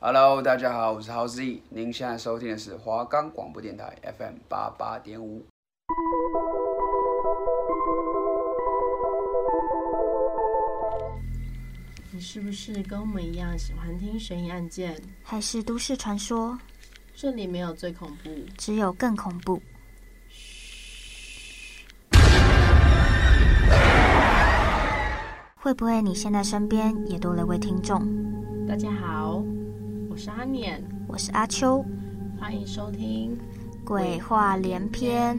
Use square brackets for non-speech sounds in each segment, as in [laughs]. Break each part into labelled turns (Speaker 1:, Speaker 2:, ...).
Speaker 1: Hello，大家好，我是 h o w Z，您现在收听的是华冈广播电台 FM 八八点五。
Speaker 2: 你是不是跟我们一样喜欢听悬疑案件？
Speaker 3: 还是都市传说，
Speaker 2: 这里没有最恐怖，
Speaker 3: 只有更恐怖。会不会你现在身边也多了位听众？
Speaker 2: 大家好，我是阿念，
Speaker 3: 我是阿秋，
Speaker 2: 欢迎收听。
Speaker 3: 鬼话连篇。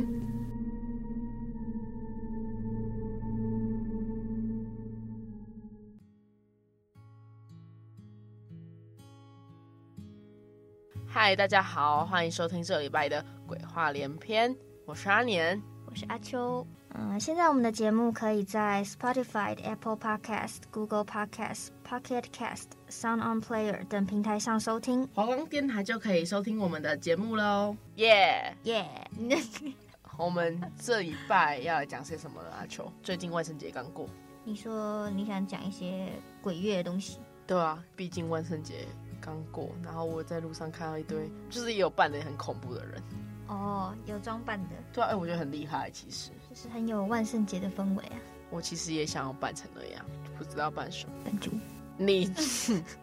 Speaker 2: 嗨，大家好，欢迎收听这礼拜的鬼话连篇，我是阿年。
Speaker 3: 我是阿秋。嗯，现在我们的节目可以在 Spotify、Apple Podcast、Google Podcast、Pocket Cast、Sound On Player 等平台上收听。
Speaker 2: 华光电台就可以收听我们的节目喽，耶、
Speaker 3: 耶、
Speaker 2: 我们这礼拜要来讲些什么了？阿球，最近万圣节刚过，
Speaker 3: [laughs] 你说你想讲一些鬼月的东西？
Speaker 2: 对啊，毕竟万圣节刚过，然后我在路上看到一堆，就是也有扮的很恐怖的人，
Speaker 3: 哦，有装扮的，
Speaker 2: 对啊，哎、我觉得很厉害，其实
Speaker 3: 就是很有万圣节的氛围啊。
Speaker 2: 我其实也想要扮成那样，不知道扮什么。
Speaker 3: 本主
Speaker 2: 你 [laughs]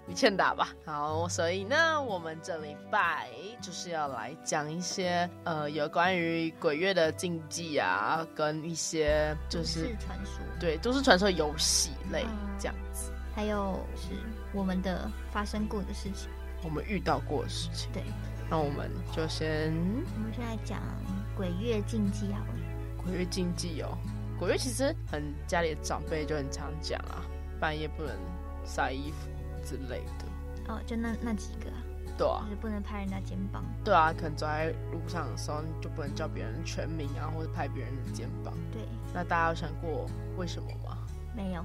Speaker 2: 你欠打吧。好，所以呢，我们这礼拜就是要来讲一些呃有关于鬼月的禁忌啊，跟一些就
Speaker 3: 都市
Speaker 2: 是
Speaker 3: 传说，
Speaker 2: 对都市传说游戏类
Speaker 3: 嗯
Speaker 2: 这样子，
Speaker 3: 还有是我们的发生过的事情。
Speaker 2: 我们遇到过的事情。
Speaker 3: 对，
Speaker 2: 那我们就先
Speaker 3: 我们现在讲鬼月禁忌好了。
Speaker 2: 鬼月禁忌哦。鬼月其实很家里的长辈就很常讲啊，半夜不能晒衣服之类的。
Speaker 3: 哦，就那那几个啊，
Speaker 2: 对啊
Speaker 3: 就，是不能拍人家肩膀。
Speaker 2: 对啊，可能走在路上的时候，你就不能叫别人全名啊，或者拍别人的肩膀。
Speaker 3: 对，
Speaker 2: 那大家有想过为什么吗？
Speaker 3: 没有。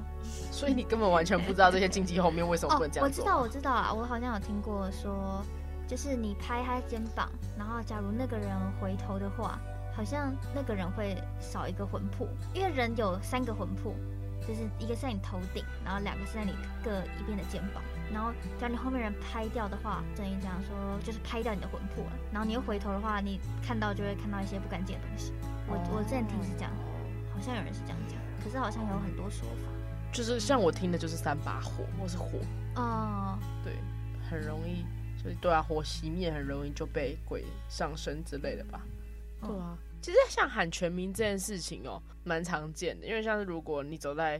Speaker 2: 所以你根本完全不知道这些禁忌后面为什么不能这
Speaker 3: 哦我
Speaker 2: 样
Speaker 3: 知
Speaker 2: 做。
Speaker 3: 道，我知道啊，我好像有听过说，就是你拍他肩膀，然后假如那个人回头的话，好像那个人会少一个魂魄，因为人有三个魂魄，就是一个是在你头顶，然后两个是在你各一边的肩膀。然后，假如你后面人拍掉的话，等于讲说就是拍掉你的魂魄了。然后你又回头的话，你看到就会看到一些不干净的东西。我、我之前听是这样，
Speaker 2: 哦
Speaker 3: 好像有人是这样讲，可是好像有很多说法。
Speaker 2: 就是像我听的，就是三把火或是火，
Speaker 3: 哦、
Speaker 2: 对，很容易，所以对啊，火熄灭很容易就被鬼上身之类的吧。
Speaker 3: 嗯
Speaker 2: 对啊，其实像喊全名这件事情哦，蛮常见的，因为像是如果你走在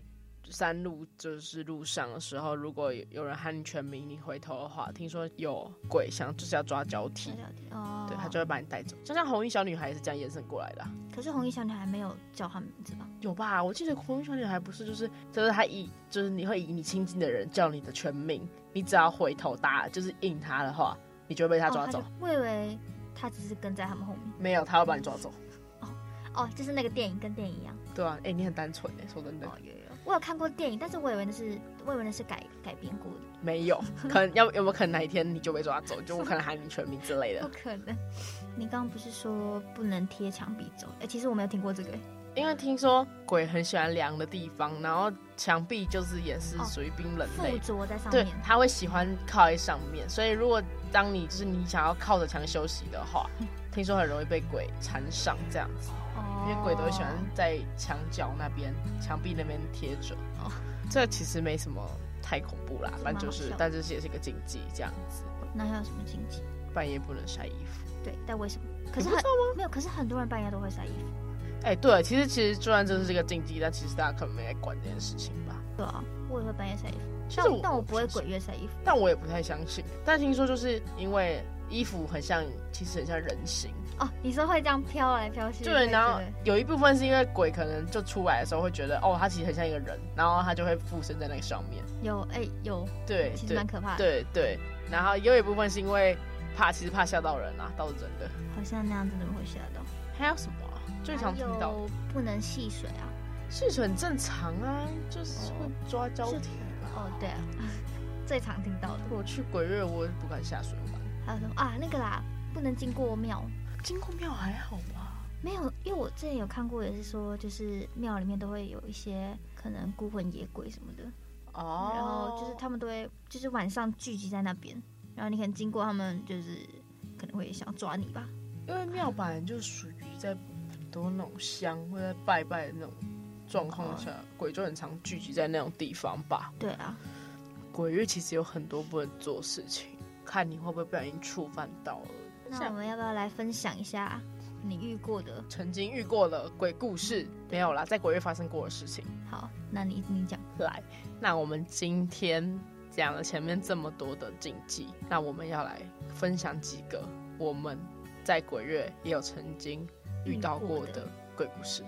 Speaker 2: 山路就是路上的时候，如果有有人喊你全名，你回头的话，听说有鬼想就是要抓交替
Speaker 3: 小，小弟哦，
Speaker 2: 对他就会把你带走。就像红衣小女孩也是这样延伸过来的啊、
Speaker 3: 可是红衣小女孩没有叫她名字吧？
Speaker 2: 有吧？我记得红衣小女孩不是就是就是她以就是你会以你亲近的人叫你的全名，你只要回头答就是应她的话，你就会被她抓走。
Speaker 3: 哦她就我以为她只是跟在他们后面。
Speaker 2: 没有，她会把你抓走。
Speaker 3: 哦，就是那个电影跟电影一样。
Speaker 2: 对啊，哎、你很单纯哎、说真的，
Speaker 3: 嗯哦，有有。我有看过电影，但是我以为那是我以为那是改改编过的，
Speaker 2: 没
Speaker 3: [laughs]
Speaker 2: 有，可能要有没有可能哪一天你就被抓走，就我可能喊你全名之类
Speaker 3: 不
Speaker 2: 的。
Speaker 3: 可能。你刚刚不是说不能贴墙壁走？哎、其实我没有听过这个、
Speaker 2: 因为听说鬼很喜欢凉的地方，然后墙壁就是也是
Speaker 3: 哦
Speaker 2: 属于冰冷类的。
Speaker 3: 附着在上
Speaker 2: 对
Speaker 3: 面，。
Speaker 2: 他会喜欢靠在上面，所以如果当你就是你想要靠着墙休息的
Speaker 3: [laughs]
Speaker 2: 话，听说很容易被鬼缠上这样子，
Speaker 3: 哦
Speaker 2: 因为鬼都喜欢在墙角那边、墙壁那边贴着。哦，这其实没什么太恐怖啦，
Speaker 3: 这
Speaker 2: 反
Speaker 3: 蛮
Speaker 2: 正就
Speaker 3: 好
Speaker 2: 是
Speaker 3: 笑，
Speaker 2: 但就是也是个禁忌这样子，
Speaker 3: 那还有什么禁忌？
Speaker 2: 半夜不能晒衣服。
Speaker 3: 对，但为什么？可
Speaker 2: 你
Speaker 3: 是
Speaker 2: 不知
Speaker 3: 很
Speaker 2: 道吗？
Speaker 3: 没有，可是很多人半夜都会晒衣服。
Speaker 2: 哎、对，其实其实虽然这是这个禁忌，但其实大家可能没来管这件事情吧。
Speaker 3: 对啊，我也会半夜晒衣服，
Speaker 2: 其
Speaker 3: 但
Speaker 2: 实
Speaker 3: 但我不会
Speaker 2: 鬼。
Speaker 3: 鬼月晒衣服。
Speaker 2: 但我也不太相信。但听说就是因为衣服很像，其实很像人形，
Speaker 3: 哦，你说会这样飘来飘去？
Speaker 2: 对，
Speaker 3: 会
Speaker 2: 然后
Speaker 3: 觉得
Speaker 2: 有一部分是因为鬼可能就出来的时候会觉得，哦，他其实很像一个人，然后他就会附身在那个上面。
Speaker 3: 有哎、有，
Speaker 2: 对，
Speaker 3: 其实
Speaker 2: 对
Speaker 3: 蛮可怕的。
Speaker 2: 对对。然后也有一部分是因为怕，其实怕吓到人啊，倒是真的。
Speaker 3: 好像那样真的会吓到。
Speaker 2: 还有什么、啊？最常听到
Speaker 3: 还有不能戏水啊。
Speaker 2: 戏水很正常啊，就是会抓交替吧。
Speaker 3: 哦，对啊， [laughs] 最常听到的。
Speaker 2: 我去鬼月，我也不敢下水玩。
Speaker 3: 还有什么啊？那个啦，不能经过庙。
Speaker 2: 经过庙还好吧？
Speaker 3: 没有，因为我之前有看过，也是说，就是庙里面都会有一些可能孤魂野鬼什么的，
Speaker 2: 哦，
Speaker 3: 然后就是他们都会就是晚上聚集在那边，然后你可能经过他们，就是可能会想抓你吧。
Speaker 2: 因为庙本来就属于在很多那种香或者在拜拜的那种状况下，鬼就很常聚集在那种地方吧。
Speaker 3: 对啊，
Speaker 2: 鬼月其实有很多不能做的事情，看你会不会不小心触犯到了。
Speaker 3: 那我们要不要来分享一下你遇过的？
Speaker 2: 曾经遇过的鬼故事没有啦，在鬼月发生过的事情。
Speaker 3: 好，那你你讲。
Speaker 2: 来，那我们今天讲了前面这么多的禁忌，那我们要来分享几个我们在鬼月也有曾经遇到过的鬼故事。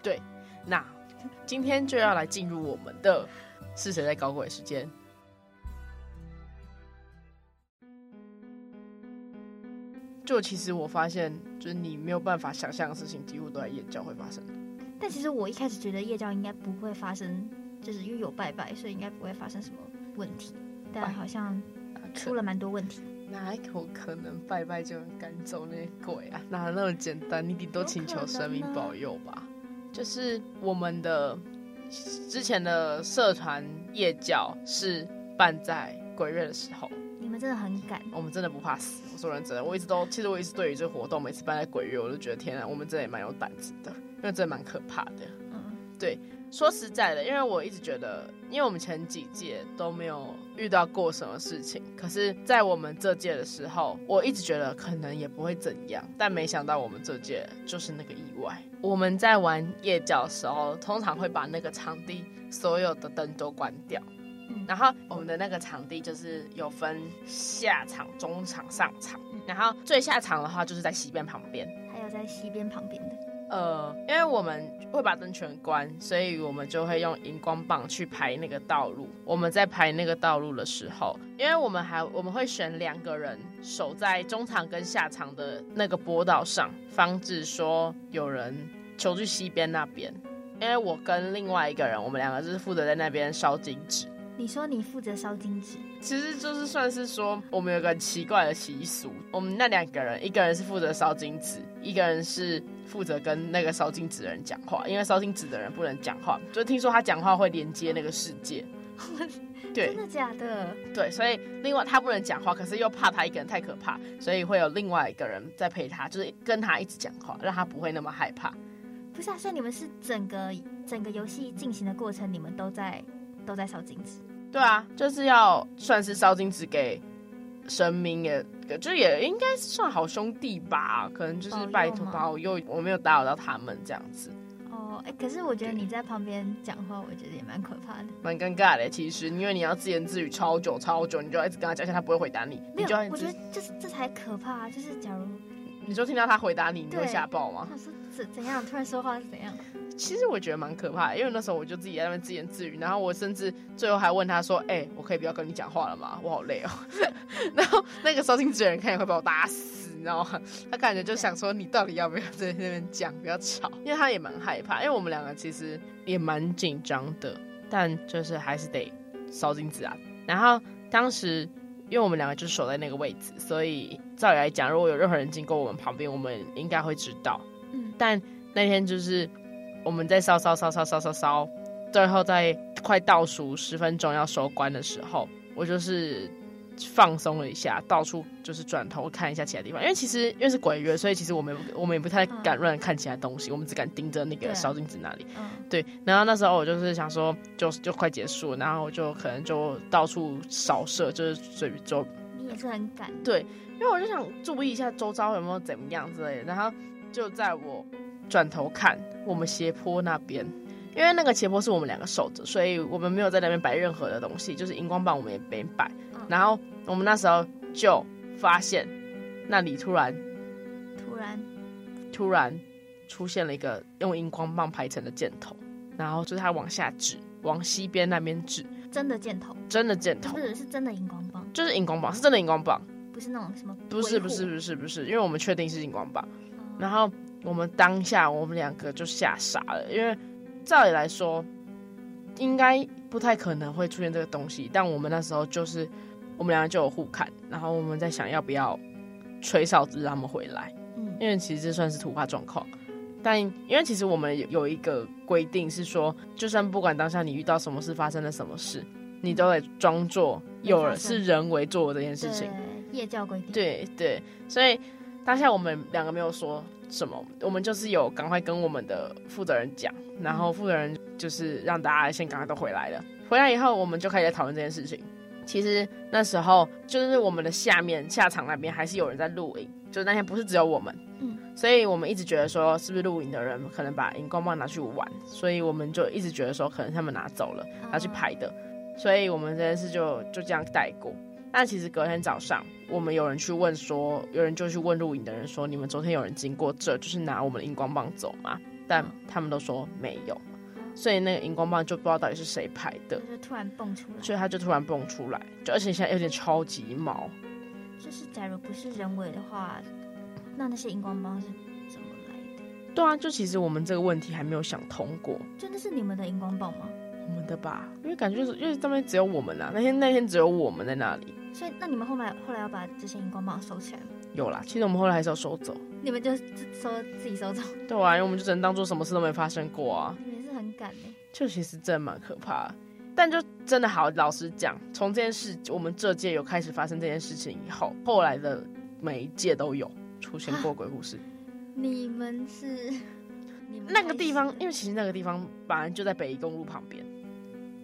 Speaker 2: 对，那今天就要来进入我们的是谁在搞鬼时间。就其实我发现，就是你没有办法想象的事情，几乎都在夜教会发生。
Speaker 3: 但其实我一开始觉得夜教应该不会发生，就是因为有拜拜，所以应该不会发生什么问题。但好像出了蛮多问题。
Speaker 2: 哪有可能拜拜就能赶走那些鬼啊？哪那么简单？你顶多请求神明保佑吧。就是我们的之前的社团夜教是办在鬼月的时候，
Speaker 3: 你们真的很哦敢，
Speaker 2: 我们真的不怕死。我说认真的，我一直都其实我一直对于这活动每次办在鬼月，我都觉得天啊，我们真的也蛮有胆子的，因为真的蛮可怕的。
Speaker 3: 嗯，
Speaker 2: 说实在的，因为我一直觉得，因为我们前几届都没有遇到过什么事情，可是，在我们这届的时候，我一直觉得可能也不会怎样，但没想到我们这届就是那个意外。我们在玩夜教的时候，通常会把那个场地所有的灯都关掉，
Speaker 3: 嗯
Speaker 2: 然后我们的那个场地就是有分下场、中场、上场，然后最下场的话就是在西边旁边。
Speaker 3: 还有在西边旁边的，
Speaker 2: 呃，因为我们会把灯全关，所以我们就会用荧光棒去排那个道路。我们在排那个道路的时候，因为我们还我们会选两个人守在中场跟下场的那个坡道上，防止说有人求去西边那边。因为我跟另外一个人，我们两个就是负责在那边烧金纸。
Speaker 3: 你说你负责烧金纸，
Speaker 2: 其实就是算是说，我们有个很奇怪的习俗，我们那两个人，一个人是负责烧金纸，一个人是负责跟那个烧金纸的人讲话，因为烧金纸的人不能讲话，就听说他讲话会连接那个世界。对
Speaker 3: 真的假的？
Speaker 2: 对，所以另外他不能讲话，可是又怕他一个人太可怕，所以会有另外一个人在陪他，就是跟他一直讲话，让他不会那么害怕。
Speaker 3: 不是啊，所以你们是整个整个游戏进行的过程，你们都在都在烧金纸。
Speaker 2: 对啊，就是要算是烧金纸给神明也，就也应该算好兄弟吧，可能就是拜托
Speaker 3: 保
Speaker 2: 保佑，我没有打扰到他们这样子，
Speaker 3: 哦，哎、可是我觉得你在旁边讲话，我觉得也蛮可怕的。
Speaker 2: 蛮尴尬的。其实，因为你要自言自语超久超久，你就要一直跟他讲，而且他不会回答你，
Speaker 3: 没
Speaker 2: 你就
Speaker 3: 有
Speaker 2: 要，一
Speaker 3: 我
Speaker 2: 直
Speaker 3: 觉得就是这才可怕、啊，就是假如
Speaker 2: 你就听到他回答你，你会
Speaker 3: 对
Speaker 2: 吓爆吗？
Speaker 3: 他说怎怎样，突然说话是怎样，
Speaker 2: 其实我觉得蛮可怕的，因为那时候我就自己在那边自言自语，然后我甚至最后还问他说：“哎、我可以不要跟你讲话了吗？我好累哦。” [laughs] 然后那个收听纸的人看见会把我打死，你知道吗？他感觉就想说你到底要不要在那边讲，不要吵，因为他也蛮害怕，因为我们两个其实也蛮紧张的，但就是还是得烧金纸啊。然后当时因为我们两个就是守在那个位置，所以照理来讲，如果有任何人经过我们旁边，我们应该会知道。
Speaker 3: 嗯，
Speaker 2: 但那天就是我们在烧烧烧烧烧烧烧，最后在快倒数十分钟要收官的时候，我就是放松了一下，到处就是转头看一下其他地方，因为其实因为是鬼月，所以其实我们我们也不太敢乱看其他东西，我们只敢盯着那
Speaker 3: 对
Speaker 2: 个
Speaker 3: 啊
Speaker 2: 烧金纸那里。 [laughs]
Speaker 3: 嗯，
Speaker 2: 对，然后那时候我就是想说，就就快结束了，然后我就可能就到处扫射，就是随就
Speaker 3: 你也是很敢，
Speaker 2: 因为我就想注意一下周遭有没有怎么样之类的，然后就在我转头看我们斜坡那边，因为那个斜坡是我们两个守着，所以我们没有在那边摆任何的东西，就是荧光棒我们也没摆
Speaker 3: 嗯。
Speaker 2: 然后我们那时候就发现那里突然
Speaker 3: 突然
Speaker 2: 突然出现了一个用荧光棒排成的箭头，然后就是它往下指，往西边那边指，
Speaker 3: 真的箭头，
Speaker 2: 真的箭头
Speaker 3: 不，是是真的荧光棒，
Speaker 2: 就是荧光棒，是真的荧光棒，
Speaker 3: 不是那种什么
Speaker 2: 不是
Speaker 3: 鬼火
Speaker 2: 不是，不是不是，因为我们确定是荧光棒。
Speaker 3: 嗯
Speaker 2: 然后我们当下我们两个就吓傻了，因为照理来说应该不太可能会出现这个东西，但我们那时候就是我们两个就有互看，然后我们在想要不要吹哨子让他们回来，
Speaker 3: 嗯
Speaker 2: 因为其实这算是突发状况。但因为其实我们有有一个规定是说，就算不管当下你遇到什么事发生了什么事，你都得装作有
Speaker 3: 没
Speaker 2: 人
Speaker 3: 发生
Speaker 2: 是人为做的这件事情。
Speaker 3: 对，夜教规定，，
Speaker 2: 对对，所以当下我们两个没有说什么，我们就是有赶快跟我们的负责人讲，然后负责人就是让大家先赶快都回来了。回来以后，我们就开始在讨论这件事情。其实那时候就是我们的下面下场那边还是有人在录影，就是那天不是只有我们，
Speaker 3: 嗯，
Speaker 2: 所以我们一直觉得说是不是录影的人可能把荧光棒拿去玩，所以我们就一直觉得说可能他们拿走了。他去拍的，所以我们这件事就就这样带过。但其实隔天早上，我们有人去问说，有人就去问录影的人说，你们昨天有人经过这，就是拿我们的荧光棒走吗？但他们都说没有，所以那个荧光棒就不知道到底是谁拍的，
Speaker 3: 就突然蹦出来，
Speaker 2: 所以它就突然蹦出来，就而且现在有点超级毛，
Speaker 3: 就是假如不是人为的话，那那些荧光棒是怎么来的？
Speaker 2: 对啊，就其实我们这个问题还没有想通过
Speaker 3: 真的是你们的荧光棒吗？
Speaker 2: 我们的吧，因为感觉就是因为上面只有我们啊，那天那天只有我们在那里，
Speaker 3: 所以那你们后来后来要把这些荧光棒收起来吗？
Speaker 2: 有啦，其实我们后来还是要收走，
Speaker 3: 你们就自收自己收走，
Speaker 2: 对啊，因为我们就只能当做什么事都没发生过啊。
Speaker 3: 你们是很敢的。
Speaker 2: 就其实真的蛮可怕的但就真的好，老实讲，从这件事，我们这届有开始发生这件事情以后，后来的每一届都有出现过鬼故事。
Speaker 3: 你们是你们
Speaker 2: 那个地方
Speaker 3: 啊开，始
Speaker 2: 因为其实那个地方本来就在北宜公路旁边，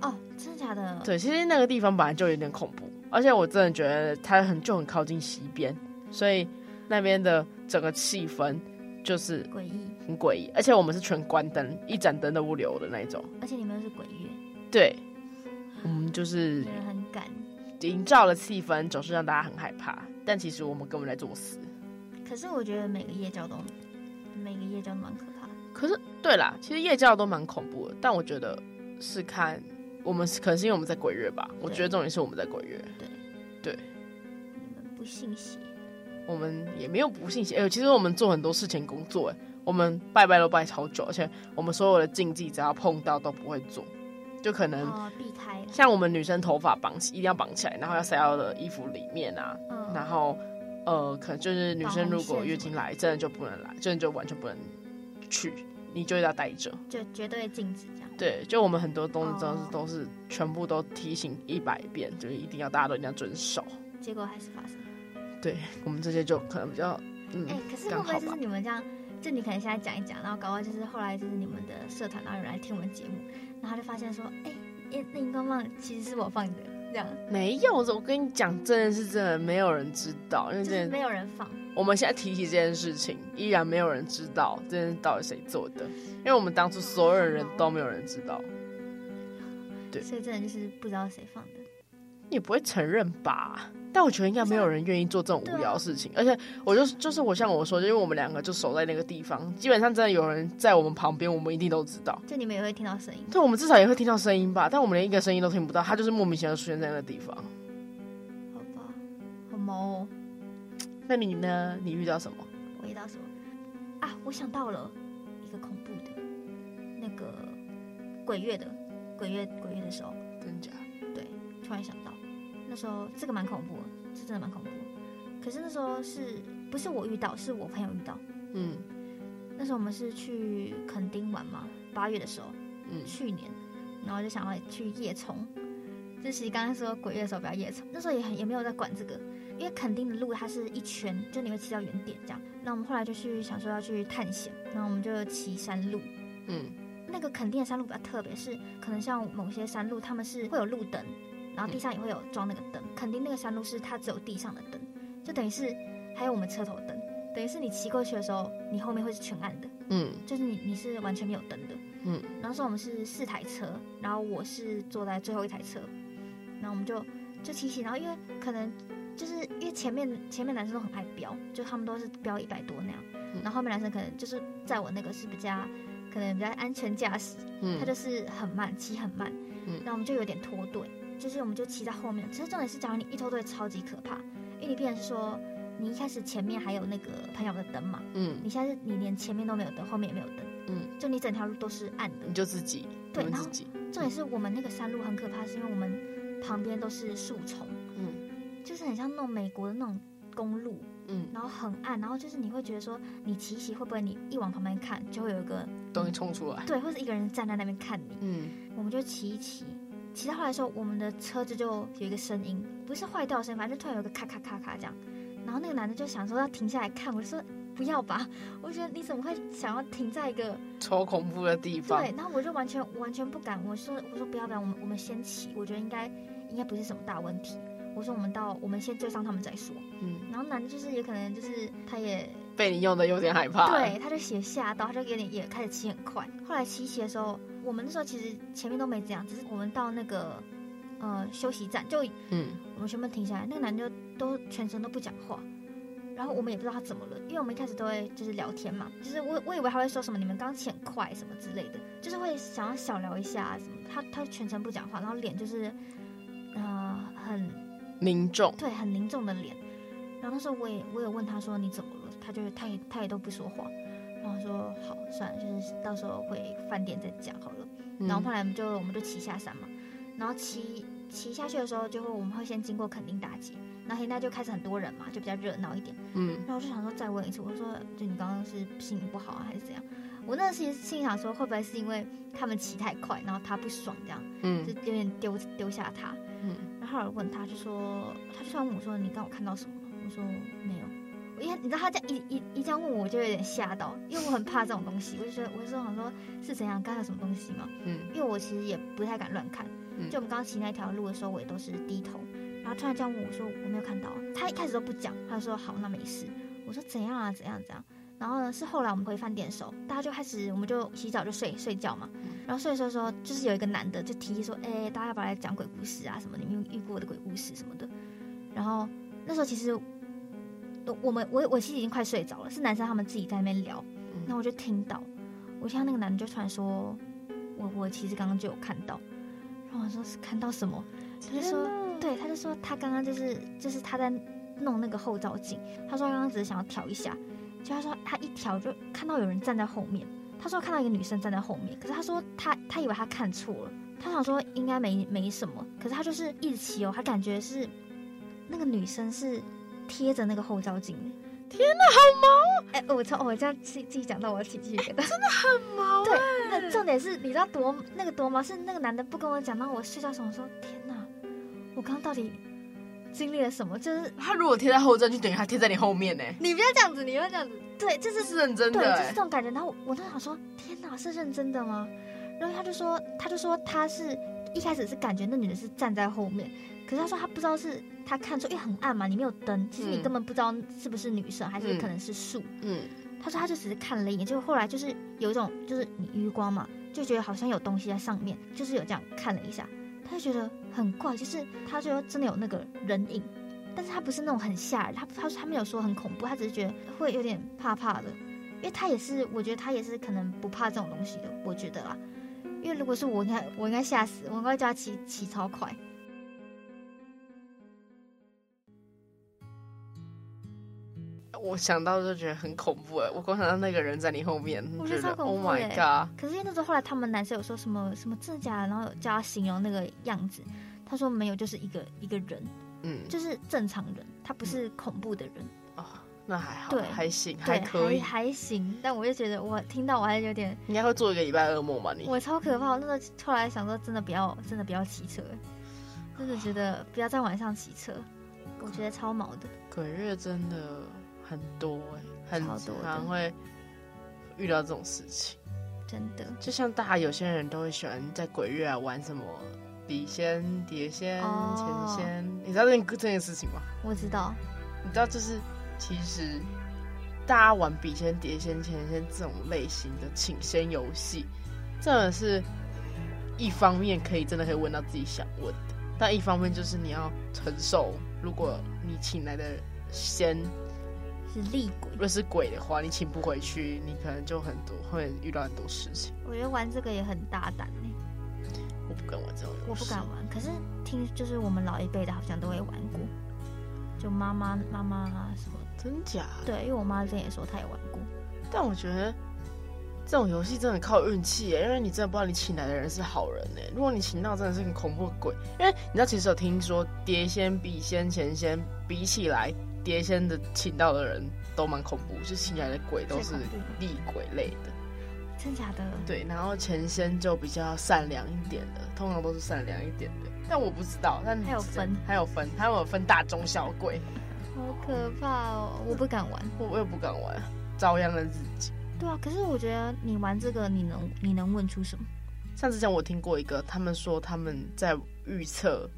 Speaker 3: 哦，真的假的？，
Speaker 2: 对，其实那个地方本来就有点恐怖，而且我真的觉得它很就很靠近西边，所以那边的整个气氛就是
Speaker 3: 诡异，
Speaker 2: 很诡异，而且我们是全关灯，一盏灯都不留的那种。
Speaker 3: 而且你们又是鬼月，
Speaker 2: 对，我们就是
Speaker 3: 你们很敢。
Speaker 2: 营造的气氛总是让大家很害怕，但其实我们根本在作死。
Speaker 3: 可是我觉得每个夜教都每个夜教都蛮可怕的。
Speaker 2: 可是，对啦，其实夜教都蛮恐怖的，但我觉得是看我们可能是因为我们在鬼月吧，我觉得重点是我们在鬼月，
Speaker 3: 你们不信邪，
Speaker 2: 我们也没有不信邪。哎、其实我们做很多事情工作，哎，我们拜拜都拜超久，而且我们所有的禁忌只要碰到都不会做，就可能。
Speaker 3: 哦，避开了。
Speaker 2: 像我们女生头发绑起，一定要绑起来，然后要塞到的衣服里面啊，
Speaker 3: 嗯，
Speaker 2: 然后呃，可能就是女生如
Speaker 3: 保
Speaker 2: 果
Speaker 3: 护线
Speaker 2: 月经来，真的就不能来，真的就完全不能去，你就要待着。
Speaker 3: 就绝对禁止这样。
Speaker 2: 对，就我们很多东西都是、
Speaker 3: 哦
Speaker 2: 都是全部都提醒一百遍，就是一定要大家都一定要遵守。
Speaker 3: 结果还是发生了。
Speaker 2: 我们这些就可能比较嗯，
Speaker 3: 哎、可是会
Speaker 2: 刚
Speaker 3: 不会
Speaker 2: 好
Speaker 3: 就是
Speaker 2: 吧。
Speaker 3: 你们这样？就你可能现在讲一讲，然后搞到就是后来就是你们的社团，然后有人来听我们节目，然后就发现说，哎、欸，那荧光棒其实是我放的，这样
Speaker 2: 没有，我跟你讲，真的是真的没有人知道，因为
Speaker 3: 就
Speaker 2: 真
Speaker 3: 是
Speaker 2: 的
Speaker 3: 没有人放。
Speaker 2: 我们现在提起这件事情，依然没有人知道这件事到底谁做的，因为我们当初所有人都没有人知道，对
Speaker 3: 所以真的就是不知道谁放的。
Speaker 2: 你也不会承认吧？但我觉得应该没有人愿意做这种
Speaker 3: 啊
Speaker 2: 无聊的事情，而且我就是就是我像我说，的，因为我们两个就守在那个地方，基本上真的有人在我们旁边，我们一定都知道。
Speaker 3: 就你们也会听到声音，
Speaker 2: 对，我们至少也会听到声音吧，但我们连一个声音都听不到，他就是莫名其妙出现在那个地方。
Speaker 3: 好吧？好毛哦，
Speaker 2: 那你呢？你遇到什么？
Speaker 3: 我遇到什么啊？我想到了一个恐怖的，那个鬼月的鬼月鬼月的时候，
Speaker 2: 真假？
Speaker 3: 对，突然想到，那时候这个蛮恐怖的，这真的蛮恐怖的。可是那时候是不是我遇到，是我朋友遇到。
Speaker 2: 嗯
Speaker 3: 那时候我们是去垦丁玩嘛，八月的时候，
Speaker 2: 嗯，
Speaker 3: 去年，然后就想要去夜冲。就其实刚刚说鬼月的时候不要夜冲，那时候也很也没有在管这个，因为垦丁的路它是一圈，就你会骑到原点这样。那我们后来就去想说要去探险，然后我们就骑山路。
Speaker 2: 嗯
Speaker 3: 那个垦丁的山路比较特别，是可能像某些山路他们是会有路灯，然后地上也会有装那个灯。垦丁那个山路是它只有地上的灯，就等于是还有我们车头灯，等于是你骑过去的时候，你后面会是全暗的，
Speaker 2: 嗯
Speaker 3: 就是你你是完全没有灯的。
Speaker 2: 嗯
Speaker 3: 然后说我们是四台车，然后我是坐在最后一台车，然后我们就就骑骑，然后因为可能就是因为前面前面男生都很爱飙，就他们都是飙一百多那样，
Speaker 2: 嗯
Speaker 3: 然后后面男生可能就是在我那个是比较可能比较安全驾驶，他
Speaker 2: 嗯
Speaker 3: 就是很慢，骑很慢，
Speaker 2: 嗯
Speaker 3: 然后我们就有点脱队，就是我们就骑在后面。其实重点是，假如你一脱队，超级可怕，因为你变成是说你一开始前面还有那个朋友的灯嘛，
Speaker 2: 嗯，
Speaker 3: 你现在是你连前面都没有灯，后面也没有灯，
Speaker 2: 嗯，
Speaker 3: 就你整条路都是暗的
Speaker 2: 你。就自己，
Speaker 3: 对
Speaker 2: 你们
Speaker 3: 然
Speaker 2: 自
Speaker 3: 后
Speaker 2: 己，
Speaker 3: 重点是我们那个山路很可怕，是因为我们旁边都是树丛，
Speaker 2: 嗯
Speaker 3: 就是很像那种美国的那种公路，
Speaker 2: 嗯，
Speaker 3: 然后很暗，然后就是你会觉得说你骑一骑会不会你一往旁边看就会有一个
Speaker 2: 东西冲出来，
Speaker 3: 对，或是一个人站在那边看你，
Speaker 2: 嗯
Speaker 3: 我们就骑一骑，骑到后来的时候，我们的车子就有一个声音，不是坏掉的声音，反正就突然有个咔咔咔咔这样。然后那个男的就想说要停下来看，我就说不要吧，我觉得你怎么会想要停在一个
Speaker 2: 嗯超恐怖的地方
Speaker 3: 对，，然后我就完全完全不敢，我说我说不要不要，我们我们先骑，我觉得应该应该不是什么大问题。我说我们到我们先追上他们再说。
Speaker 2: 嗯，
Speaker 3: 然后男的就是也可能就是他也
Speaker 2: 被你用的有点害怕，
Speaker 3: 对，，他就写吓到，他就有点也开始骑很快。后来骑一骑的时候，我们那时候其实前面都没怎样，只是我们到那个呃休息站，就
Speaker 2: 嗯，
Speaker 3: 我们全部停下来，那个男的都全程都不讲话。然后我们也不知道他怎么了，因为我们一开始都会就是聊天嘛，就是我我以为他会说什么你们刚起很快什么之类的，就是会想要小聊一下啊什么的。他他全程不讲话，然后脸就是，呃，很
Speaker 2: 凝重，
Speaker 3: 对，很凝重的脸。然后那时候我也我也问他说你怎么了，他就他也他也都不说话，然后说好算了，就是到时候回饭店再讲好了。
Speaker 2: 嗯
Speaker 3: 然后后来我们就我们就骑下山嘛，然后骑骑下去的时候，就会我们会先经过垦丁大街，然后垦丁大街就开始很多人嘛，就比较热闹一点。
Speaker 2: 嗯，
Speaker 3: 然后我就想说再问一次，我说就你刚刚是心情不好啊，还是怎样？我那时心想说会不会是因为他们骑太快，然后他不爽这样，
Speaker 2: 嗯
Speaker 3: 就
Speaker 2: 嗯
Speaker 3: 有点丢丢下他。
Speaker 2: 嗯
Speaker 3: 然后后来问他，就说，他就突然问我说：“你刚我看到什么吗？”我说：“没有。”因为你知道他这样一一一这样问我，我就有点吓到，因为我很怕这种东西。我就觉得，我就想说是怎样，刚才有什么东西吗？
Speaker 2: 嗯，
Speaker 3: 因为我其实也不太敢乱看。
Speaker 2: 嗯
Speaker 3: 就我们刚刚骑那条路的时候，我也都是低头。然后突然这样问我说：“我没有看到啊。”他一开始都不讲，他就说：“好，那没事。”我说：“怎样啊？怎样怎样？”然后呢，是后来我们回饭店的时候，大家就开始，我们就洗澡就睡睡觉嘛。
Speaker 2: 嗯
Speaker 3: 然后睡的时候说，就是有一个男的就提议说：“哎、大家要不要来讲鬼故事啊？什么你们遇遇过的鬼故事什么的。”然后那时候其实我我们我我其实已经快睡着了，是男生他们自己在那边聊，
Speaker 2: 嗯
Speaker 3: 那我就听到，我听到那个男的就突然说，我我其实刚刚就有看到，然后我说是看到什么，他就说对，他就说他刚刚就是就是他在弄那个后照镜，他说他刚刚只是想要调一下，就他说他一调就看到有人站在后面，他说看到一个女生站在后面，可是他说他他以为他看错了，他想说应该没没什么，可是他就是一直骑哦，他感觉是那个女生是贴着那个后照镜的。
Speaker 2: 天
Speaker 3: 哪，好毛！哎、哎我操！我这样自己自己讲到我要起鸡皮疙瘩。
Speaker 2: 猫
Speaker 3: 对，那重点是，你知道多那个多毛是那个男的不跟我讲，然后我睡觉时候我说天哪，我刚刚到底经历了什么？就是
Speaker 2: 他如果贴在后站，就等于他贴在你后面呢、
Speaker 3: 你不要这样子，你不要这样子，对，就
Speaker 2: 这
Speaker 3: 是
Speaker 2: 是认真的、
Speaker 3: 对，就是这
Speaker 2: 欸，
Speaker 3: 种感觉。然后我我就想说，天哪，是认真的吗？然后他就说，他就说他是一开始是感觉那女的是站在后面，可是他说他不知道是他看错，因为很暗嘛，你没有灯，其实你
Speaker 2: 嗯
Speaker 3: 根本不知道是不是女生，还是
Speaker 2: 嗯
Speaker 3: 可能是树。
Speaker 2: 嗯
Speaker 3: 他说他就只是看了一眼，结果后来就是有一种就是你余光嘛，就觉得好像有东西在上面，就是有这样看了一下，他就觉得很怪，就是他觉得真的有那个人影，但是他不是那种很吓人，他他他没有说很恐怖，他只是觉得会有点怕怕的，因为他也是，我觉得他也是可能不怕这种东西的，我觉得啦，因为如果是我应该我应该吓死，我应该叫他骑骑超快。
Speaker 2: 我想到就觉得很恐怖哎、我光想到那个人在你后面，
Speaker 3: 我觉
Speaker 2: 觉
Speaker 3: 得
Speaker 2: 得
Speaker 3: 超恐
Speaker 2: Oh
Speaker 3: 怖
Speaker 2: my
Speaker 3: 欸
Speaker 2: god，
Speaker 3: 可是因为那时候后来他们男生有说什么什么真的假的，然后有叫他形容那个样子，他说没有，就是一个一个人，
Speaker 2: 嗯，
Speaker 3: 就是正常人，他不是恐怖的人，
Speaker 2: 哦，那还好，
Speaker 3: 对
Speaker 2: 还行，嗯还
Speaker 3: 对，
Speaker 2: 可以
Speaker 3: 还，还行。但我就觉得我听到我还有点，
Speaker 2: 应该会做一个礼拜噩梦吧你？
Speaker 3: 我超可
Speaker 2: 嗯
Speaker 3: 怕。我那时候后来想说，真的不要，真的不要骑车，真的
Speaker 2: [sighs]
Speaker 3: 觉得不要在晚上骑车，我觉得超毛的。
Speaker 2: 鬼月真的很多哎、很
Speaker 3: 超多的
Speaker 2: 常会遇到这种事情。
Speaker 3: 真的
Speaker 2: 就像大家有些人都会喜欢在鬼月啊玩什么笔仙、碟仙、
Speaker 3: 哦
Speaker 2: 钱仙，你知道这件这件事情吗？
Speaker 3: 我知道，
Speaker 2: 你知道，就是其实大家玩笔仙、碟仙、钱仙这种类型的请仙游戏，真的是一方面可以真的可以问到自己想问的，但一方面就是你要承受，如果你请来的仙
Speaker 3: 是厉鬼
Speaker 2: 如。果是鬼的话，你请不回去，你可能就很多会遇到很多事情。
Speaker 3: 我觉得玩这个也很大胆欸
Speaker 2: 我不敢玩这种游戏，
Speaker 3: 我不敢玩。可是听就是我们老一辈的，好像都会玩过，就妈妈妈妈啊什么的。
Speaker 2: 真假？
Speaker 3: 对，因为我妈之前也说她也玩过。
Speaker 2: 但我觉得这种游戏真的靠运气耶，因为你真的不知道你请来的人是好人呢。如果你请到真的是很恐怖的鬼，因为你知道其实有听说碟仙、笔仙、钱仙比起来，碟仙的请到的人都蛮恐怖，就请来的鬼都是
Speaker 3: 最恐怖
Speaker 2: 厉鬼类的。
Speaker 3: 真假的？
Speaker 2: 对，然后前仙就比较善良一点的，通常都是善良一点的。但我不知道，但
Speaker 3: 还有分，
Speaker 2: 还有分，还有分大中小鬼，
Speaker 3: 好可怕哦！我不敢玩。
Speaker 2: 我我也不敢玩，遭殃了自己。
Speaker 3: 对啊，可是我觉得你玩这个，你能你能问出什么？
Speaker 2: 像之前我听过一个，他们说他们在预测，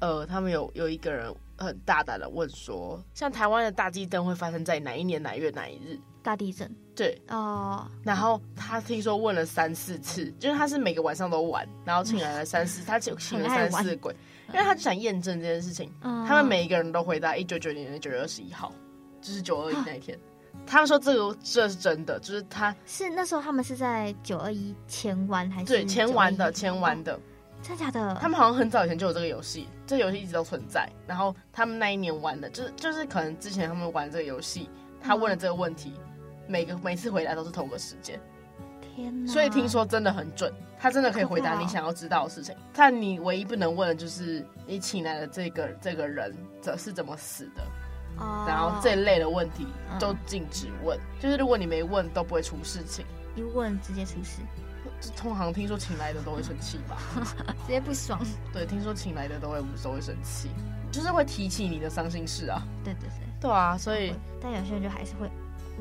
Speaker 2: 呃，他们有有一个人很大胆的问说，像台湾的大地震会发生在哪一年哪月哪一日？
Speaker 3: 大地震
Speaker 2: 对，
Speaker 3: 哦，
Speaker 2: 然后他听说问了三四次，就是他是每个晚上都玩，然后请来了三四，他请请了三四个鬼，因为他就想验证这件事情。
Speaker 3: 嗯
Speaker 2: 他们每一个人都回答一九九零年的九月二十一号，就是九二一那一天。他们说这个这是真的，就是他
Speaker 3: 是那时候他们是在九二一前玩还是
Speaker 2: 对前玩的
Speaker 3: 921
Speaker 2: 前玩，的，
Speaker 3: 哦真假的？
Speaker 2: 他们好像很早以前就有这个游戏，这游戏一直都存在。然后他们那一年玩的，就是就是可能之前他们玩这个游戏，他问了这个问题，每个每次回答都是同个时间。
Speaker 3: 天哪！
Speaker 2: 所以听说真的很准，他真的可以回答
Speaker 3: 好可怕哦
Speaker 2: 你想要知道的事情。但你唯一不能问的就是你请来的这个这个人怎是怎么死的，
Speaker 3: 哦，
Speaker 2: 然后这一类的问题
Speaker 3: 嗯
Speaker 2: 都禁止问。就是如果你没问，都不会出事情。
Speaker 3: 一问直接
Speaker 2: [laughs]
Speaker 3: 出事，
Speaker 2: 这通常听说请来的都会生气吧？
Speaker 3: 直接不爽。
Speaker 2: 对，听说请来的都会都会生气，就是会提起你的伤心事啊。
Speaker 3: 对对对，
Speaker 2: 对啊，所以
Speaker 3: 会但有些人就还是会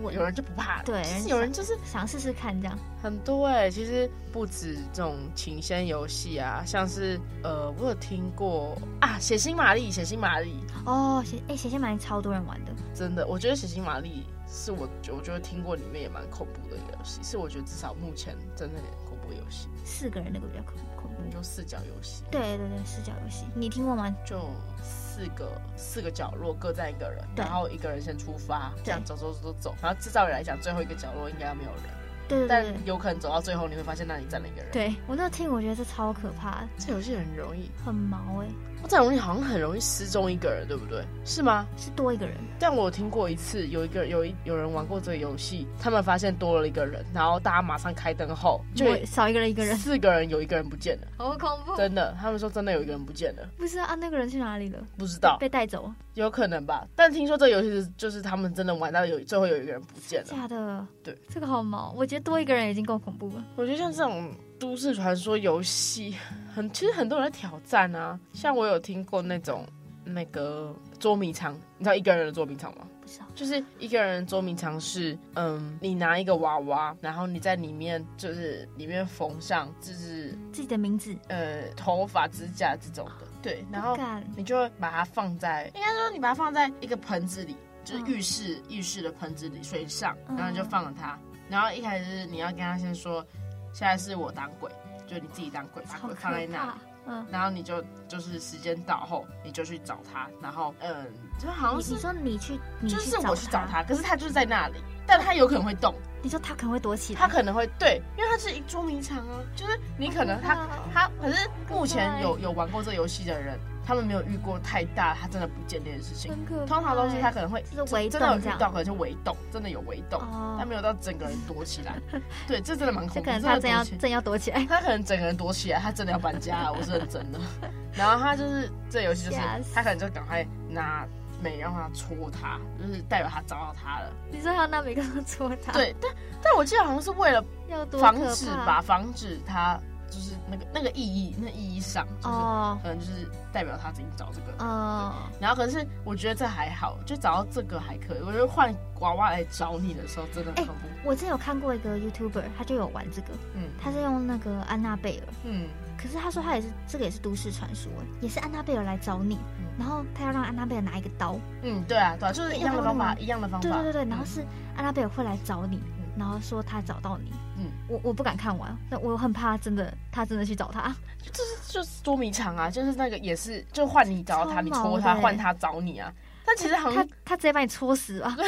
Speaker 3: 问，
Speaker 2: 有人就不怕，
Speaker 3: 对
Speaker 2: 就是有人就是
Speaker 3: 想试试看这样。
Speaker 2: 很多哎、其实不止这种情仙游戏啊，像是呃，我有听过啊，血腥玛丽，血腥玛丽，
Speaker 3: 哦，写哎写信蛮超多人玩的，
Speaker 2: 真的，我觉得血腥玛丽是我我觉得听过里面也蛮恐怖的一个游戏，是我觉得至少目前真的很恐怖的游戏，
Speaker 3: 四个人那个比较恐恐怖。
Speaker 2: 就视角游戏，
Speaker 3: 对对对，视角游戏，你听过吗？
Speaker 2: 就四个四个角落各站一个人，
Speaker 3: 对
Speaker 2: 然后一个人先出发，
Speaker 3: 对
Speaker 2: 这样走走走走走，然后至少来讲最后一个角落应该没有人，
Speaker 3: 对对对
Speaker 2: 但有可能走到最后你会发现那里站了一个人。
Speaker 3: 对，对我那听我觉得这超可怕的，
Speaker 2: 这游戏很容易
Speaker 3: 很毛哎、
Speaker 2: 我在容易好像很容易失踪一个人，对不对？是吗？
Speaker 3: 是多一个人
Speaker 2: 但我有听过一次，有一个有一有人玩过这个游戏，他们发现多了一个人，然后大家马上开灯后，就
Speaker 3: 我少一个人一
Speaker 2: [laughs]
Speaker 3: 个人，哦
Speaker 2: 四个人有一个人不见了，
Speaker 3: 好恐怖
Speaker 2: 真的，他们说真的有一个人不见了，
Speaker 3: 不知道啊，那个人去哪里了？
Speaker 2: 不知道，
Speaker 3: 被带走？啊
Speaker 2: 有可能吧？但听说这个游戏是就是他们真的玩到有最后有一个人不见了。
Speaker 3: 假的？
Speaker 2: 对，
Speaker 3: 这个好毛，我觉得多一个人已经够恐怖了。
Speaker 2: 我觉得像这种都市传说游戏， [laughs] 很其实很多人在挑战啊，像我有听过那种那个捉迷藏，你知道一个人的捉迷藏吗？
Speaker 3: 不知道
Speaker 2: 就是一个人捉迷藏是，嗯，你拿一个娃娃，然后你在里面就是里面缝上就是
Speaker 3: 自己的名字，
Speaker 2: 呃头发、指甲这种的，对，然
Speaker 3: 不
Speaker 2: 后
Speaker 3: 敢
Speaker 2: 你就会把它放在，应该说你把它放在一个盆子里，就是浴室、浴室的盆子里水上，
Speaker 3: 嗯
Speaker 2: 然后你就放了它，然后一开始是你要跟他先说，现在是我当鬼，就你自己当鬼，把
Speaker 3: 好
Speaker 2: 鬼
Speaker 3: 可
Speaker 2: 放在那里
Speaker 3: 怕。。嗯，
Speaker 2: 然后你就就是时间到后，你就去找他，然后嗯，就好像
Speaker 3: 你
Speaker 2: 是
Speaker 3: 你说你去，你
Speaker 2: 就是我去找
Speaker 3: 他，
Speaker 2: 他，可是他就是在那里，但他有可能会动，
Speaker 3: 你说他可能会躲起来，
Speaker 2: 他可能会对，因为他是一捉迷藏啊，就是你可能他
Speaker 3: 好可怕哦
Speaker 2: 他可是目前
Speaker 3: 好
Speaker 2: 有有玩过这游戏的人，他们没有遇过太大他真的不见这件事情，
Speaker 3: 很可怕欸
Speaker 2: 通常都是他可能会
Speaker 3: 就是围
Speaker 2: 真的有
Speaker 3: 动这
Speaker 2: 遇
Speaker 3: 样
Speaker 2: 到，可能就围动，真的有围动，
Speaker 3: 哦
Speaker 2: 但没有到整个人躲起
Speaker 3: [laughs]
Speaker 2: 来，对，这真的蛮
Speaker 3: 这
Speaker 2: 恐怖，
Speaker 3: 可能他
Speaker 2: 真
Speaker 3: 正
Speaker 2: 的
Speaker 3: 要
Speaker 2: 躲起来
Speaker 3: 正要躲起来， [laughs]
Speaker 2: 他可能整个人躲起来，他真的要搬家了，我是认真的。然后他就是这游戏就是
Speaker 3: 吓死
Speaker 2: 他可能就赶快拿美让他戳他，就是代表他找到他了。
Speaker 3: 你说他那每个都戳他，，
Speaker 2: 对，但但我记得好像是为了
Speaker 3: 要啊多
Speaker 2: 防
Speaker 3: 可
Speaker 2: 止
Speaker 3: 怕
Speaker 2: 吧，？防止他就是那个那个意义，那意义上就是
Speaker 3: 哦
Speaker 2: 可能就是代表他自己找这个。
Speaker 3: 哦，
Speaker 2: 然后可是我觉得这还好，就找到这个还可以。我觉得换娃娃来找你的时候真的很恐怖。
Speaker 3: 我之前有看过一个 YouTuber，他就有玩这个，
Speaker 2: 嗯
Speaker 3: 他是用那个安娜贝尔，
Speaker 2: 嗯，
Speaker 3: 可是他说他也是这个也是都市传说，也是安娜贝尔来找你，然后他要让安娜贝尔拿一个刀，
Speaker 2: 嗯，对啊对啊，就是一样的方法，一样的方法。
Speaker 3: 对对对对，然后
Speaker 2: 嗯
Speaker 3: 是安娜贝尔会来找你，然后说他找到你，
Speaker 2: 嗯
Speaker 3: 我我不敢看完，那我很怕真的他真的去找他，
Speaker 2: 就是就是捉迷藏啊，就是那个也是，就换你找他，
Speaker 3: 超
Speaker 2: 你戳
Speaker 3: 毛
Speaker 2: 他，
Speaker 3: 的
Speaker 2: 换他找你啊。但其实好
Speaker 3: 他
Speaker 2: 像
Speaker 3: 他直接把你戳死啊吧，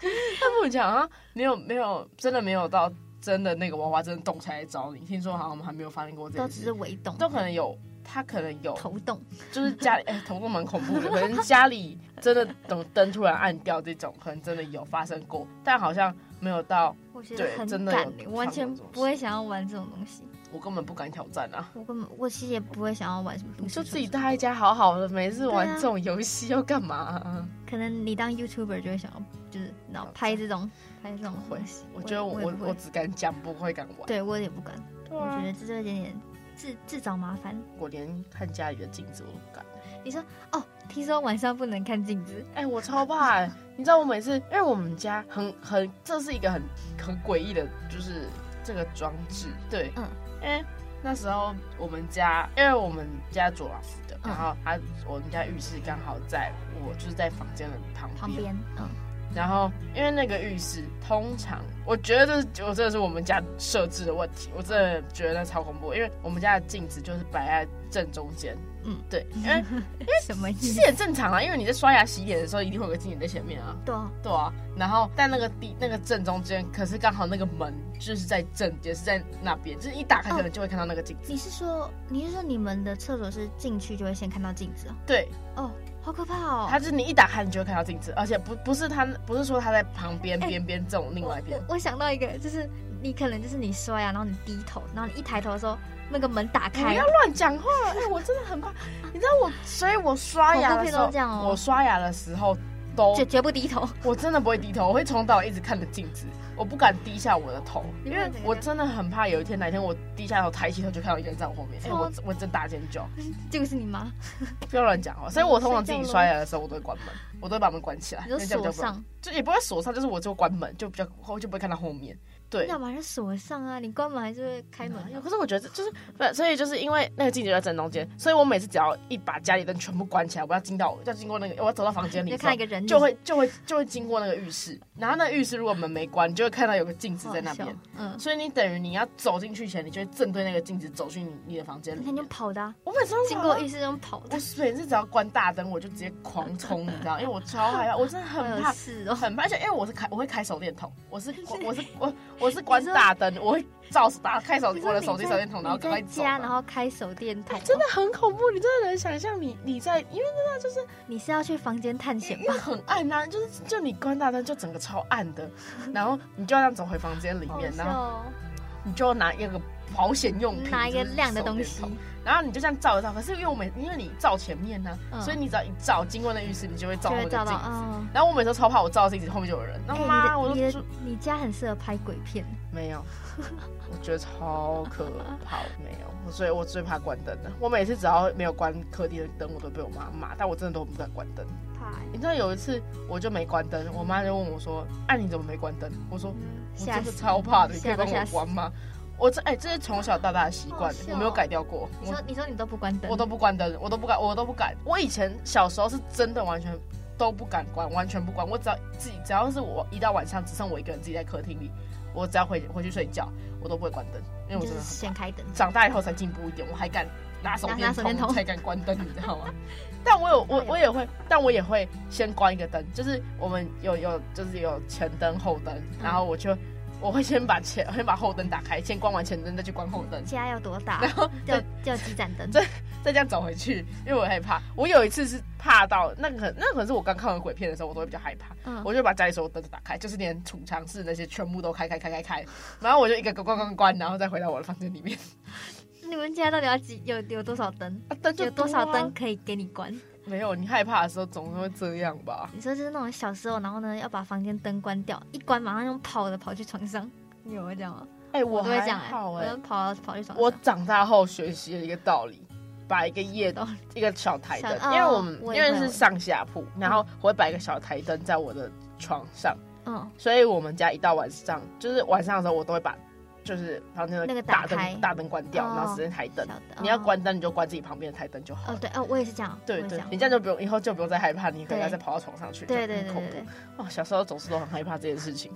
Speaker 2: 他不讲啊，没有没有，真的没有到真的那个娃娃真的动起来找你。听说好像我们还没有发生过这
Speaker 3: 都
Speaker 2: 件
Speaker 3: 只是
Speaker 2: 事，
Speaker 3: 围动
Speaker 2: 都可能有，他可能有，
Speaker 3: 头动，
Speaker 2: 就是家里哎、头发蛮恐怖的，可能家里真的等灯突然暗掉这种，可能真的有发生过，但好像没有到
Speaker 3: 我觉得
Speaker 2: 对
Speaker 3: 很
Speaker 2: 真的有
Speaker 3: 敢欸，我完
Speaker 2: 看过
Speaker 3: 全
Speaker 2: 这种
Speaker 3: 不会想要玩这种东西，
Speaker 2: 我根本不敢挑战啊！
Speaker 3: 我根本我其实也不会想要玩什么
Speaker 2: 你
Speaker 3: 路
Speaker 2: 就
Speaker 3: 线
Speaker 2: 自
Speaker 3: 手
Speaker 2: 己
Speaker 3: 术。
Speaker 2: 待在家好好的，每次玩
Speaker 3: 对啊
Speaker 2: 这种游戏要干嘛啊、
Speaker 3: 可能你当 YouTuber 就会想要，就是然后拍这种拍这种
Speaker 2: 会
Speaker 3: 东西。
Speaker 2: 我觉得我
Speaker 3: 也
Speaker 2: 我
Speaker 3: 不
Speaker 2: 我
Speaker 3: 会，
Speaker 2: 只敢讲，不会敢玩。
Speaker 3: 对我也不敢。
Speaker 2: 对
Speaker 3: 我
Speaker 2: 啊
Speaker 3: 觉得这就有点点自自找麻烦。
Speaker 2: 我连看家里的镜子我都不敢。
Speaker 3: 你说哦，听说晚上不能看镜子，
Speaker 2: 哎、我超怕、欸！你知道我每次，因为我们家很很，这是一个很很诡异的，就是这个装置。对，
Speaker 3: 嗯，
Speaker 2: 因为那时候我们家，因为我们家左老师的，
Speaker 3: 嗯
Speaker 2: 然后他我们家浴室刚好在我就是在房间的旁边，
Speaker 3: 旁边嗯
Speaker 2: 然后因为那个浴室通常，我觉得这我真的是我们家设置的问题，我真的觉得那超恐怖，因为我们家的镜子就是摆在正中间，
Speaker 3: 嗯， [laughs]
Speaker 2: 对，因为
Speaker 3: 什么意
Speaker 2: 其
Speaker 3: 思
Speaker 2: 实？也正常啊，因为你在刷牙洗脸的时候一定会有个镜子在前面啊，
Speaker 3: 对啊，
Speaker 2: 对啊，然后但那个地那个正中间，可是刚好那个门就是在正，也是在那边，就是一打开
Speaker 3: 哦
Speaker 2: 可能就会看到那个镜子，
Speaker 3: 你是说你是说你们的厕所是进去就会先看到镜子哦？
Speaker 2: 对，
Speaker 3: 哦，好可怕哦！
Speaker 2: 它就是你一打开你就会看到镜子，而且不不是它不是说它在旁边
Speaker 3: 哎
Speaker 2: 边边这种另外一边
Speaker 3: 我。我我想到一个，就是你可能就是你刷牙，然后你低头，然后你一抬头的时候，那个门打
Speaker 2: 不
Speaker 3: 开
Speaker 2: 要，乱讲话！哎、我真的很怕，你知道我，所以我刷牙的时候
Speaker 3: 恐怖片都，这样哦
Speaker 2: 我刷牙的时候都
Speaker 3: 绝，绝不低头。
Speaker 2: 我真的不会低头，我会从头一直看着镜子，我不敢低下我的头，
Speaker 3: 你
Speaker 2: 因
Speaker 3: 不敢
Speaker 2: 为
Speaker 3: 怎样
Speaker 2: 我真的很怕有一天哪天我低下头抬起头就看到一个人在我后面，哎、
Speaker 3: 超
Speaker 2: 我我真大尖叫，
Speaker 3: 这个是你妈，
Speaker 2: 不要乱讲哦话。所以我通常自己
Speaker 3: 嗯睡觉咯
Speaker 2: 刷牙的时候，我都会关门，我都会把门关起来，
Speaker 3: 你
Speaker 2: 因
Speaker 3: 说
Speaker 2: 为这样比
Speaker 3: 锁
Speaker 2: 较不容易，
Speaker 3: 上，
Speaker 2: 就也不会锁上，就是我就关门，就比较我就不会看到后面。对，
Speaker 3: 要么还是锁上啊，你关门还是会开门啊。
Speaker 2: 可是我觉得这就是，对，所以就是因为那个镜子就在正中间，所以我每次只要一把家里灯全部关起来，我要进到，要经过那个，我要走到房间
Speaker 3: 你
Speaker 2: 里
Speaker 3: 就
Speaker 2: 的时
Speaker 3: 看
Speaker 2: 候
Speaker 3: 一，个人
Speaker 2: 就会就会就会经过那个浴室，然后那个浴室如果门没关，你就会看到有个镜子在那，
Speaker 3: 好
Speaker 2: 边
Speaker 3: 好，笑嗯，
Speaker 2: 所以你等于你要走进去前，你就会正对那个镜子走去你你的房间
Speaker 3: 你
Speaker 2: 里
Speaker 3: 看就
Speaker 2: 面。
Speaker 3: 跑的啊，
Speaker 2: 我每次都
Speaker 3: 经过
Speaker 2: 一，
Speaker 3: 浴室中跑的
Speaker 2: 我，每次只要关大灯，我就直接狂冲，你知道，因为我超害怕，我真的
Speaker 3: 好有
Speaker 2: 很怕。
Speaker 3: 事哦。
Speaker 2: 很怕，而且因为哎我是开我会开手电筒，我
Speaker 3: [laughs]
Speaker 2: 是我是我我是关大灯，我会照打开手我的手机手电筒，然后赶
Speaker 3: 你
Speaker 2: 快
Speaker 3: 在你在
Speaker 2: 走
Speaker 3: 家，
Speaker 2: 嘛。
Speaker 3: 然后开手电筒，
Speaker 2: 真的很恐怖，你真的能想象你你在，因为真的就是
Speaker 3: 你是要去房间探险
Speaker 2: 因
Speaker 3: 吧
Speaker 2: 为？很暗呐、就是就你关大灯就整个超暗的，然后你就要这样走回房间里
Speaker 3: 好
Speaker 2: 面，
Speaker 3: 笑
Speaker 2: 然后
Speaker 3: 哦，
Speaker 2: 你就要拿一个保险用品，
Speaker 3: 拿一个
Speaker 2: 就是
Speaker 3: 亮的东西
Speaker 2: 手电筒，然后你就这样照一照，可是因为我每因为你照前面呢、
Speaker 3: 嗯
Speaker 2: 所以你只要一照经过那浴室，你就会照到
Speaker 3: 就会
Speaker 2: 那个
Speaker 3: 照
Speaker 2: 镜
Speaker 3: 到
Speaker 2: 子。
Speaker 3: 哦。
Speaker 2: 然后我每次都超怕我照到镜子后面就有人，那
Speaker 3: 哎
Speaker 2: 妈、我
Speaker 3: 你
Speaker 2: 都
Speaker 3: 的你
Speaker 2: 说
Speaker 3: 的你家很适合拍鬼片，
Speaker 2: 没有，我觉得超可怕，没有，所以我最怕关灯的。我每次只要没有关客厅的灯，我都被我妈骂，但我真的都不敢关灯。
Speaker 3: 怕
Speaker 2: 你知道有一次我就没关灯，我妈就问我说：“啊，你怎么没关灯？”我说：“我
Speaker 3: 吓
Speaker 2: 真
Speaker 3: 死
Speaker 2: 的超怕的，你可以
Speaker 3: 吓都
Speaker 2: 帮
Speaker 3: 吓
Speaker 2: 我
Speaker 3: 死
Speaker 2: 关吗？”我这哎、这是从小到大的习惯
Speaker 3: 好，笑哦
Speaker 2: 我没有改掉过。
Speaker 3: 你
Speaker 2: 我
Speaker 3: 说你说你都不关灯，
Speaker 2: 我都不关灯，我都不敢，我都不敢。我以前小时候是真的完全都不敢关，完全不关。我只要自己，只要是我一到晚上只剩我一个人自己在客厅里，我只要回回去睡觉，我都不会关灯，因为我真
Speaker 3: 就是
Speaker 2: 的很
Speaker 3: 先开 [laughs] 灯。
Speaker 2: 长大以后才进步一点，我还敢拿手
Speaker 3: 拿
Speaker 2: 电
Speaker 3: 拿手电筒哎
Speaker 2: 筒，才敢关灯，你知道
Speaker 3: [laughs]
Speaker 2: 吗？但我有我我也会，但我也会先关一个灯，就是我们有有就是有前灯后灯，
Speaker 3: 嗯
Speaker 2: 然后我就我会先把前先把后灯打开，先关完前灯再去关后灯，
Speaker 3: 家有多大？
Speaker 2: 然
Speaker 3: [laughs]
Speaker 2: 后
Speaker 3: 要
Speaker 2: 再
Speaker 3: 要几盏灯？
Speaker 2: 这再这样走回去，因为我害怕。我有一次是怕到那个可那可能是我刚看完鬼片的时候，我都会比较害怕，
Speaker 3: 嗯， [laughs]
Speaker 2: 我就把家里所有灯都打开，就是连储藏室那些全部都开开开开开，然后我就一个个关关关，然后再回到我的房间里
Speaker 3: [laughs]
Speaker 2: 面。
Speaker 3: 你们家到底要几有有多少灯？
Speaker 2: 啊灯就
Speaker 3: 有多
Speaker 2: 多啊
Speaker 3: 少灯可以给你关？
Speaker 2: 没有，你害怕的时候总是会这样吧？
Speaker 3: 你说就是那种小时候，然后呢要把房间灯关掉，一关马上用跑的跑去床上，你有会这样吗？
Speaker 2: 哎、我
Speaker 3: 都会这
Speaker 2: 还
Speaker 3: 样哎、
Speaker 2: 好哎、
Speaker 3: 我都跑跑去床
Speaker 2: 我
Speaker 3: 上。
Speaker 2: 长大后学习了一个道理，把一个夜
Speaker 3: 道理
Speaker 2: 一个小台灯，
Speaker 3: 嗯小
Speaker 2: 因为我
Speaker 3: 哦
Speaker 2: 们
Speaker 3: 我也
Speaker 2: 因
Speaker 3: 会
Speaker 2: 为是上下铺，然后我会摆一个小台灯在我的床上，
Speaker 3: 嗯，
Speaker 2: 所以我们家一到晚上，就是晚上的时候，我都会把就是房间
Speaker 3: 那个
Speaker 2: 的
Speaker 3: 打
Speaker 2: 大
Speaker 3: 开
Speaker 2: 灯大灯关掉，
Speaker 3: 哦
Speaker 2: 然后只剩台灯
Speaker 3: 晓得。
Speaker 2: 你要
Speaker 3: 哦
Speaker 2: 关灯，你就关自己旁边的台灯就好
Speaker 3: 哦
Speaker 2: 了。
Speaker 3: 对哦，我也是这样，
Speaker 2: 对
Speaker 3: 我也
Speaker 2: 对
Speaker 3: 是，
Speaker 2: 你这样就不用，以后就不用再害怕，你回来
Speaker 3: 对
Speaker 2: 再跑到床上去，
Speaker 3: 对
Speaker 2: 就
Speaker 3: 对对
Speaker 2: 很
Speaker 3: 对
Speaker 2: 恐
Speaker 3: 对哦
Speaker 2: 怖。，哇，小时候总是都很害怕这件事情。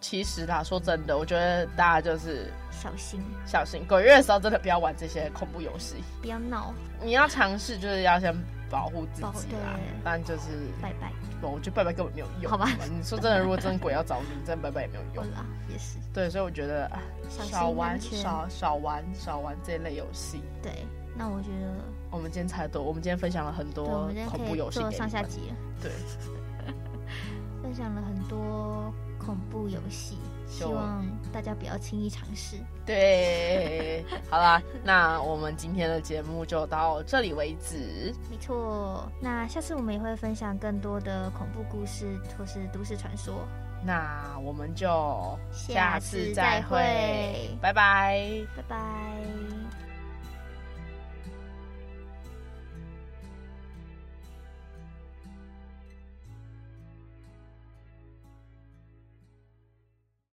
Speaker 2: 其实啦，说真的，我觉得大家就是
Speaker 3: 小心
Speaker 2: 小心，鬼月的时候真的不要玩这些恐怖游戏。
Speaker 3: 不要闹，
Speaker 2: 你要尝试，就是要先保护自
Speaker 3: 保护
Speaker 2: 己
Speaker 3: 对
Speaker 2: 啦。但就是，
Speaker 3: 拜拜。
Speaker 2: 我觉得拜拜根本没有用。
Speaker 3: 好吧
Speaker 2: 你说真的，如果真的鬼要找你，真的拜拜也没有
Speaker 3: 好
Speaker 2: 用。
Speaker 3: 啦，也是
Speaker 2: 对，所以我觉得啊，
Speaker 3: 小心
Speaker 2: 少玩
Speaker 3: 安全
Speaker 2: 少少玩少玩这类游戏。
Speaker 3: 对。那我觉得，
Speaker 2: 我们今天才多，我们今天分享了很
Speaker 3: 对，我
Speaker 2: 多
Speaker 3: 们今天
Speaker 2: 恐
Speaker 3: 可
Speaker 2: 怖
Speaker 3: 以
Speaker 2: 游戏给
Speaker 3: 做
Speaker 2: 你
Speaker 3: 上下
Speaker 2: 们。
Speaker 3: 集了，
Speaker 2: 对，
Speaker 3: 分享了很多恐怖游戏。希
Speaker 2: 希
Speaker 3: 望大家不要轻易尝试。
Speaker 2: 对，好啦，那我们今天的节目就到这里为止。
Speaker 3: 没错，那下次我们也会分享更多的恐怖故事或是都市传说。
Speaker 2: 那我们就
Speaker 3: 下次
Speaker 2: 下
Speaker 3: 再
Speaker 2: 次再
Speaker 3: 会
Speaker 2: 拜拜。
Speaker 3: 拜拜。